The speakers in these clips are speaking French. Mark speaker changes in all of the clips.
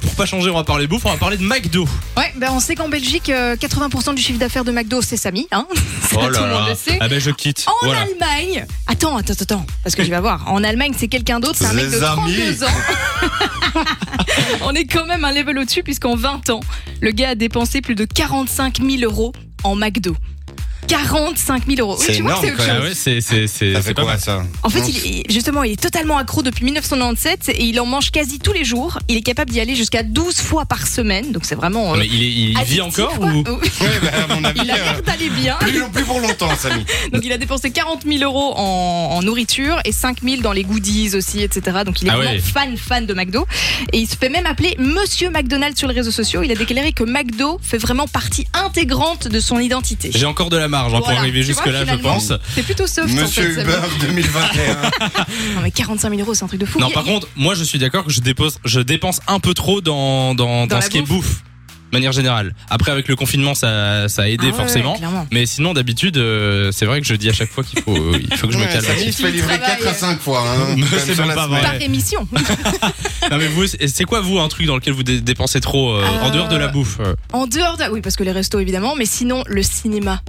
Speaker 1: pour pas changer, on va parler bouffe, on va parler de McDo.
Speaker 2: Ouais, ben on sait qu'en Belgique, euh, 80% du chiffre d'affaires de McDo, c'est Samy. Hein Ça, tout le monde le sait.
Speaker 1: Ah ben je quitte.
Speaker 2: En
Speaker 1: Oh voilà.
Speaker 2: Allemagne, attends, attends, attends, parce que je vais voir. En Allemagne, c'est quelqu'un d'autre, c'est un mec
Speaker 3: Les
Speaker 2: de 32
Speaker 3: amis.
Speaker 2: ans. On est quand même un level au-dessus, puisqu'en 20 ans, le gars a dépensé plus de 45 000 euros en McDo. 45 000 euros. Oui,
Speaker 3: C'est
Speaker 2: tu vois que
Speaker 3: énorme,
Speaker 2: c'est autre
Speaker 3: quand
Speaker 2: chose.
Speaker 3: même.
Speaker 1: Ah ouais, c'est c'est c'est
Speaker 3: Ça
Speaker 1: c'est
Speaker 3: fait
Speaker 1: pas
Speaker 3: quoi
Speaker 1: mal.
Speaker 3: ça
Speaker 2: En fait,
Speaker 3: Non,
Speaker 2: il est- justement, il est totalement accro depuis 1997 et il en mange quasi tous les jours. Il est capable d'y aller jusqu'à 12 fois par semaine, donc c'est vraiment. euh,
Speaker 1: Mais il, est- il vit
Speaker 2: addictif,
Speaker 1: encore
Speaker 2: quoi.
Speaker 1: ou
Speaker 3: Ouais, bah, à mon avis,
Speaker 2: Il a
Speaker 3: euh,
Speaker 2: l'air d'aller bien.
Speaker 3: plus, plus pour longtemps, Samy.
Speaker 2: Donc il a dépensé 40 000 euros en, en nourriture et 5 000 dans les goodies aussi, etc. Donc il est
Speaker 1: Ah
Speaker 2: vraiment
Speaker 1: ouais.
Speaker 2: fan, fan de McDo. Et il se fait même appeler Monsieur McDonald's sur les réseaux sociaux. Il a déclaré que McDo fait vraiment partie intégrante de son identité.
Speaker 1: J'ai encore de la marge hein,
Speaker 2: Voilà.
Speaker 1: pour arriver
Speaker 2: Tu vois,
Speaker 1: jusque-là, je
Speaker 2: finalement,
Speaker 1: pense.
Speaker 2: C'est plutôt soft en fait.
Speaker 3: Monsieur
Speaker 2: c'est
Speaker 3: Uber
Speaker 2: vrai.
Speaker 3: 2021.
Speaker 2: Non mais 45 000 euros, c'est un truc de fou.
Speaker 1: Non,
Speaker 2: Il-
Speaker 1: par
Speaker 2: il-
Speaker 1: contre, moi je suis d'accord que je, dépose, je dépense un peu trop dans, dans, dans,
Speaker 2: Dans la
Speaker 1: ce qui est bouffe, de manière générale. Après, avec le confinement, ça, ça a
Speaker 2: Ah
Speaker 1: aidé
Speaker 2: ouais,
Speaker 1: forcément.
Speaker 2: ouais, clairement.
Speaker 1: mais sinon, d'habitude, euh, c'est vrai que je dis à chaque fois qu'il faut, euh, il faut que je me
Speaker 3: Ouais,
Speaker 1: calme.
Speaker 3: Samy, il se fait livrer
Speaker 2: Travail,
Speaker 3: 4 à
Speaker 2: euh.
Speaker 3: 5 fois. Hein,
Speaker 1: Mais
Speaker 3: quand
Speaker 1: c'est
Speaker 3: même sur
Speaker 1: même
Speaker 3: la
Speaker 1: pas
Speaker 3: semaine.
Speaker 1: vrai.
Speaker 2: Par émission.
Speaker 1: Non, mais vous, c'est quoi vous un truc dans lequel vous dé- dépensez trop euh, en
Speaker 2: Euh,
Speaker 1: dehors de la bouffe euh
Speaker 2: En dehors de... Oui, parce que les restos, évidemment, mais sinon, le cinéma.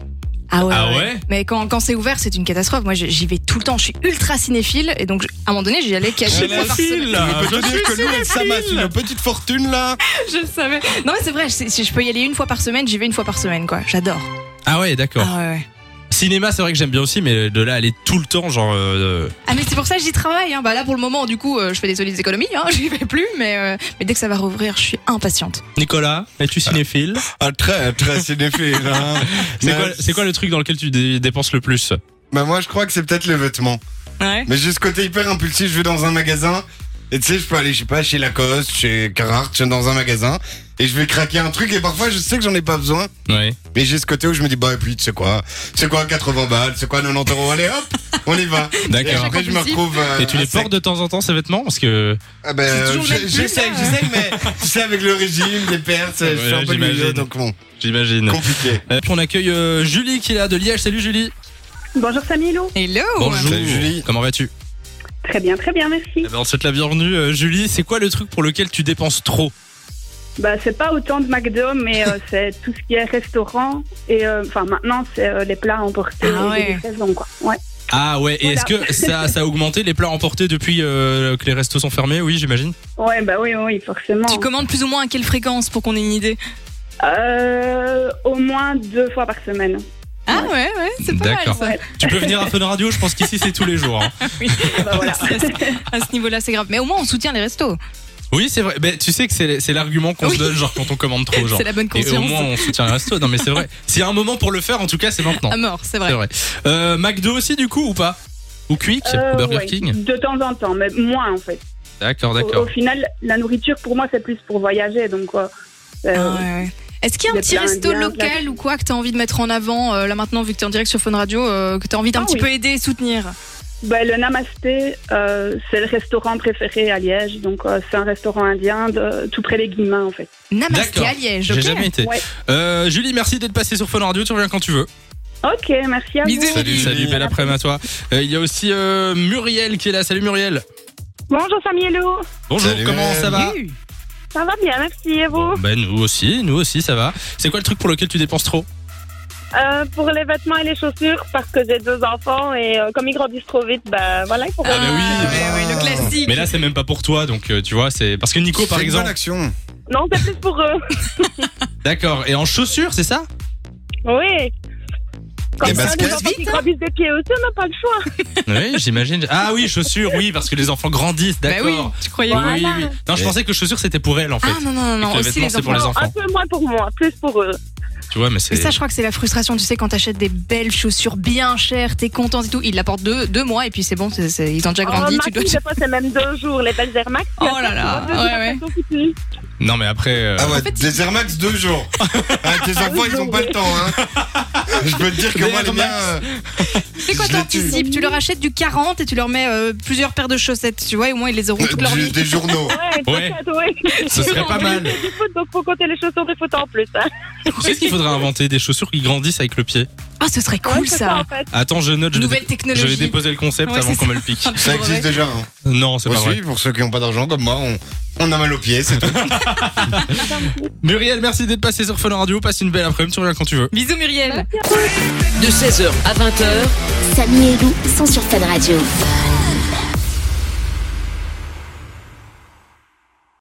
Speaker 2: Ah ouais,
Speaker 1: Ah ouais
Speaker 2: Mais quand, quand c'est ouvert, c'est une catastrophe. Moi, je- j'y vais tout le temps. Je suis ultra cinéphile. Et donc, je- à un moment donné, j'y allais cacher fois par semaine.
Speaker 1: là,
Speaker 3: Je peux te dire que nous, elle s'amasse
Speaker 1: cinéphile.
Speaker 3: une petite fortune là.
Speaker 2: Je le savais. Non, mais c'est vrai. Si si je peux y aller une fois par semaine, j'y vais une fois par semaine, quoi. J'adore.
Speaker 1: Ah ouais, d'accord.
Speaker 2: Ah, ouais, ouais.
Speaker 1: Cinéma, c'est vrai que j'aime bien aussi, mais de là à aller tout le temps, genre. euh,
Speaker 2: Ah, mais c'est pour ça que j'y travaille. Hein. Bah, là, pour le moment, du coup, euh, je fais des solides économies. Hein. J'y vais plus. Mais, euh, mais dès que ça va rouvrir, je suis impatiente.
Speaker 1: Nicolas, es-tu cinéphile
Speaker 3: Ah, très, très cinéphile. Hein.
Speaker 1: C'est
Speaker 3: Mais-
Speaker 1: quoi, c'est quoi le truc dans lequel tu dé- dépenses le plus
Speaker 3: Bah, moi, je crois que c'est peut-être les vêtements.
Speaker 2: Ouais.
Speaker 3: Mais j'ai ce côté hyper impulsif, je vais dans un magasin. Et tu sais, je peux aller, je sais pas, chez Lacoste, chez Carhartt, chez- dans un magasin. Et je vais craquer un truc. Et parfois, je sais que j'en ai pas besoin.
Speaker 1: Ouais.
Speaker 3: Mais j'ai ce côté où je me dis, bah, et puis, tu sais quoi, c'est quoi 80 balles, c'est quoi 90 euros, allez hop, on y va. Et
Speaker 1: D'accord.
Speaker 3: après, je me retrouve. euh,
Speaker 1: Et tu
Speaker 3: à
Speaker 1: les
Speaker 3: sec.
Speaker 1: portes de temps en temps ces vêtements parce que
Speaker 3: Ah ben,
Speaker 2: C'est toujours
Speaker 3: euh,
Speaker 2: le même
Speaker 3: je-
Speaker 2: pull,
Speaker 3: J'essaye,
Speaker 2: là.
Speaker 3: j'essaye, mais tu sais, avec le régime, les pertes, je suis
Speaker 1: Ouais,
Speaker 3: un peu
Speaker 1: j'imagine.
Speaker 3: milieu, donc bon,
Speaker 1: j'imagine.
Speaker 3: compliqué.
Speaker 1: Euh, puis on accueille euh, Julie qui est là de Liège. Salut Julie.
Speaker 4: Bonjour Samilo.
Speaker 2: Hello.
Speaker 3: Salut, Julie.
Speaker 1: Comment vas-tu
Speaker 4: Très bien, très bien, merci.
Speaker 1: eh ben, On te souhaite la bienvenue euh, Julie. C'est quoi le truc pour lequel tu dépenses trop
Speaker 4: Bah, c'est pas autant de McDo, mais euh, c'est tout ce qui est restaurant et euh, enfin maintenant c'est euh, les plats emportés
Speaker 2: Ah
Speaker 4: et
Speaker 2: ouais.
Speaker 4: les livraisons, quoi. Ouais.
Speaker 1: Ah ouais. Et
Speaker 4: Voilà.
Speaker 1: est-ce que ça, ça a augmenté les plats emportés depuis euh, que les restos sont fermés Oui, j'imagine.
Speaker 4: Ouais, bah oui, oui, forcément.
Speaker 2: Tu commandes plus ou moins à quelle fréquence pour qu'on ait une idée
Speaker 4: Euh, au moins deux fois par semaine.
Speaker 2: Ah ouais, ouais, c'est pas mal
Speaker 1: D'accord.
Speaker 2: ça.
Speaker 1: Tu peux venir à Fun Radio. Je pense qu'ici c'est tous les jours. hein.
Speaker 2: Ah
Speaker 4: Bah, voilà.
Speaker 2: À ce niveau-là, c'est grave. Mais au moins, on soutient les restos.
Speaker 1: Oui, c'est vrai. Ben, tu sais que c'est c'est l'argument qu'on
Speaker 2: Oui.
Speaker 1: se donne genre quand on commande trop genre.
Speaker 2: C'est la bonne
Speaker 1: Et au
Speaker 2: conscience.
Speaker 1: moins on soutient les restos. Non mais c'est vrai. S'il y a un moment pour le faire, en tout cas c'est maintenant.
Speaker 2: À mort, c'est
Speaker 1: C'est
Speaker 2: vrai.
Speaker 1: vrai. Euh, McDo aussi du coup ou pas Ou Quick
Speaker 4: Euh,
Speaker 1: Ou Burger
Speaker 4: ouais,
Speaker 1: King
Speaker 4: De temps en temps, mais moins en fait.
Speaker 1: D'accord,
Speaker 4: Au,
Speaker 1: d'accord.
Speaker 4: au final, la nourriture pour moi c'est plus pour voyager, donc. euh, euh,
Speaker 2: Ah ouais, ouais. Est-ce qu'il y a un
Speaker 4: Les
Speaker 2: petit
Speaker 4: plats
Speaker 2: resto
Speaker 4: indiens,
Speaker 2: local ou quoi que tu as envie de mettre en avant euh, là maintenant vu que tu es en direct sur Fun Radio euh, que tu as envie d'un
Speaker 4: Ah
Speaker 2: petit
Speaker 4: oui.
Speaker 2: peu aider et soutenir
Speaker 4: bah, le Namasté, euh, c'est le restaurant préféré à Liège, donc euh, c'est un restaurant indien de, tout près des Guillemins en fait.
Speaker 2: Namasté
Speaker 1: D'accord.
Speaker 2: à Liège.
Speaker 1: J'ai
Speaker 2: ok
Speaker 1: jamais été.
Speaker 4: Ouais.
Speaker 1: Euh, Julie, merci d'être passée sur Fun Radio. Tu reviens quand tu veux.
Speaker 4: Ok, merci à
Speaker 2: Bisous.
Speaker 4: vous.
Speaker 2: Salut,
Speaker 1: Salut, salut, bel après-midi à toi. Euh, Il y a aussi euh, Muriel qui est là. Salut Muriel.
Speaker 5: Bonjour Samielou,
Speaker 1: Bonjour,
Speaker 3: Salut,
Speaker 1: comment
Speaker 3: Muriel.
Speaker 1: ça va
Speaker 2: Oui.
Speaker 5: ça va bien, merci et vous
Speaker 1: Bon, Ben nous aussi, nous aussi ça va. C'est quoi le truc pour lequel tu dépenses trop
Speaker 5: Euh, Pour les vêtements et les chaussures, parce que j'ai deux enfants et euh, comme ils grandissent trop vite, ben voilà, il faut
Speaker 1: bah oui.
Speaker 2: Ah mais oui, le classique.
Speaker 1: Mais là c'est même pas pour toi, donc euh, tu vois c'est parce que Nico par
Speaker 3: C'est une bonne
Speaker 1: exemple.
Speaker 3: action.
Speaker 5: Non, c'est plus pour eux.
Speaker 1: D'accord. Et en chaussures, c'est ça
Speaker 5: Oui.
Speaker 2: Eh
Speaker 5: Comme
Speaker 3: Les
Speaker 2: ben,
Speaker 5: ça,
Speaker 3: baskets.
Speaker 5: les enfants qui grandissent des pieds aussi, on n'a pas le choix.
Speaker 1: Oui, j'imagine. Ah oui, chaussures, oui, parce que les enfants grandissent,
Speaker 2: Bah oui,
Speaker 1: d'accord. Ah
Speaker 2: tu croyais
Speaker 1: Oui,
Speaker 2: pas.
Speaker 1: oui, oui. Non, je
Speaker 3: Et-
Speaker 1: pensais que chaussures c'était pour elle en fait.
Speaker 2: Ah non non non,
Speaker 1: Et
Speaker 2: non
Speaker 1: que les
Speaker 2: aussi
Speaker 1: vêtements,
Speaker 2: les
Speaker 1: c'est pour
Speaker 2: enfants.
Speaker 1: les
Speaker 5: Non,
Speaker 1: enfants.
Speaker 5: un peu moins pour moi, plus pour eux.
Speaker 1: Tu vois, mais
Speaker 2: Mais
Speaker 1: c'est.
Speaker 2: ça, je crois que c'est la frustration, tu sais, quand t'achètes des belles chaussures bien chères, t'es content et tout. Ils la portent deux, deux mois et puis c'est bon, c'est- c'est- ils ont déjà
Speaker 5: en
Speaker 2: grandi,
Speaker 5: maxi,
Speaker 2: tu dois.
Speaker 5: des fois, c'est même deux jours, les belles Air Max.
Speaker 2: Oh là là,
Speaker 5: Deux jours,
Speaker 2: ouais,
Speaker 5: elles
Speaker 2: ouais.
Speaker 5: sont foutues.
Speaker 1: Non, mais après. euh,
Speaker 3: Ah ouais,
Speaker 2: fait,
Speaker 3: des Air Max deux jours. Ah, tes enfants, ils ont pas le temps. Hein. Je peux te dire que
Speaker 1: Des
Speaker 3: moi,
Speaker 1: Air
Speaker 3: les miens,
Speaker 1: Max.
Speaker 3: euh,
Speaker 2: C'est quoi
Speaker 3: Je les tue.
Speaker 2: t'anticipes Tu leur achètes du 40 et tu leur mets euh, plusieurs paires de chaussettes, tu vois, et au moins ils les
Speaker 1: Euh,
Speaker 2: auront toute leur
Speaker 3: euh, du-
Speaker 2: vie.
Speaker 3: des journaux.
Speaker 5: Ouais, une
Speaker 1: Ouais.
Speaker 5: chaussette, ouais.
Speaker 1: Ce serait pas mal.
Speaker 5: Du foot, donc faut compter les chaussures des foot en plus. hein.
Speaker 1: Tu sais qu'il faudrait inventer des chaussures qui grandissent avec le pied.
Speaker 2: Ah, ce serait
Speaker 5: Ouais,
Speaker 2: cool
Speaker 5: c'est
Speaker 2: ça.
Speaker 5: en fait.
Speaker 1: Attends, je note, je, vais-
Speaker 2: Nouvelle technologie.
Speaker 1: je vais déposer le concept
Speaker 2: Ouais,
Speaker 1: avant
Speaker 2: c'est
Speaker 1: qu'on me le pique.
Speaker 3: Ça existe déjà. Hein.
Speaker 1: Non, c'est pas
Speaker 3: Aussi,
Speaker 1: vrai.
Speaker 3: pour ceux qui n'ont pas d'argent comme moi, on, on a mal aux pieds, c'est tout.
Speaker 1: Muriel, merci d'être passé sur Fun Radio. Passe une belle après-midi. Tu reviens quand tu veux.
Speaker 2: Bisous Muriel.
Speaker 6: De 16h à 20h,
Speaker 7: Samy et Lou sont sur Fun Radio.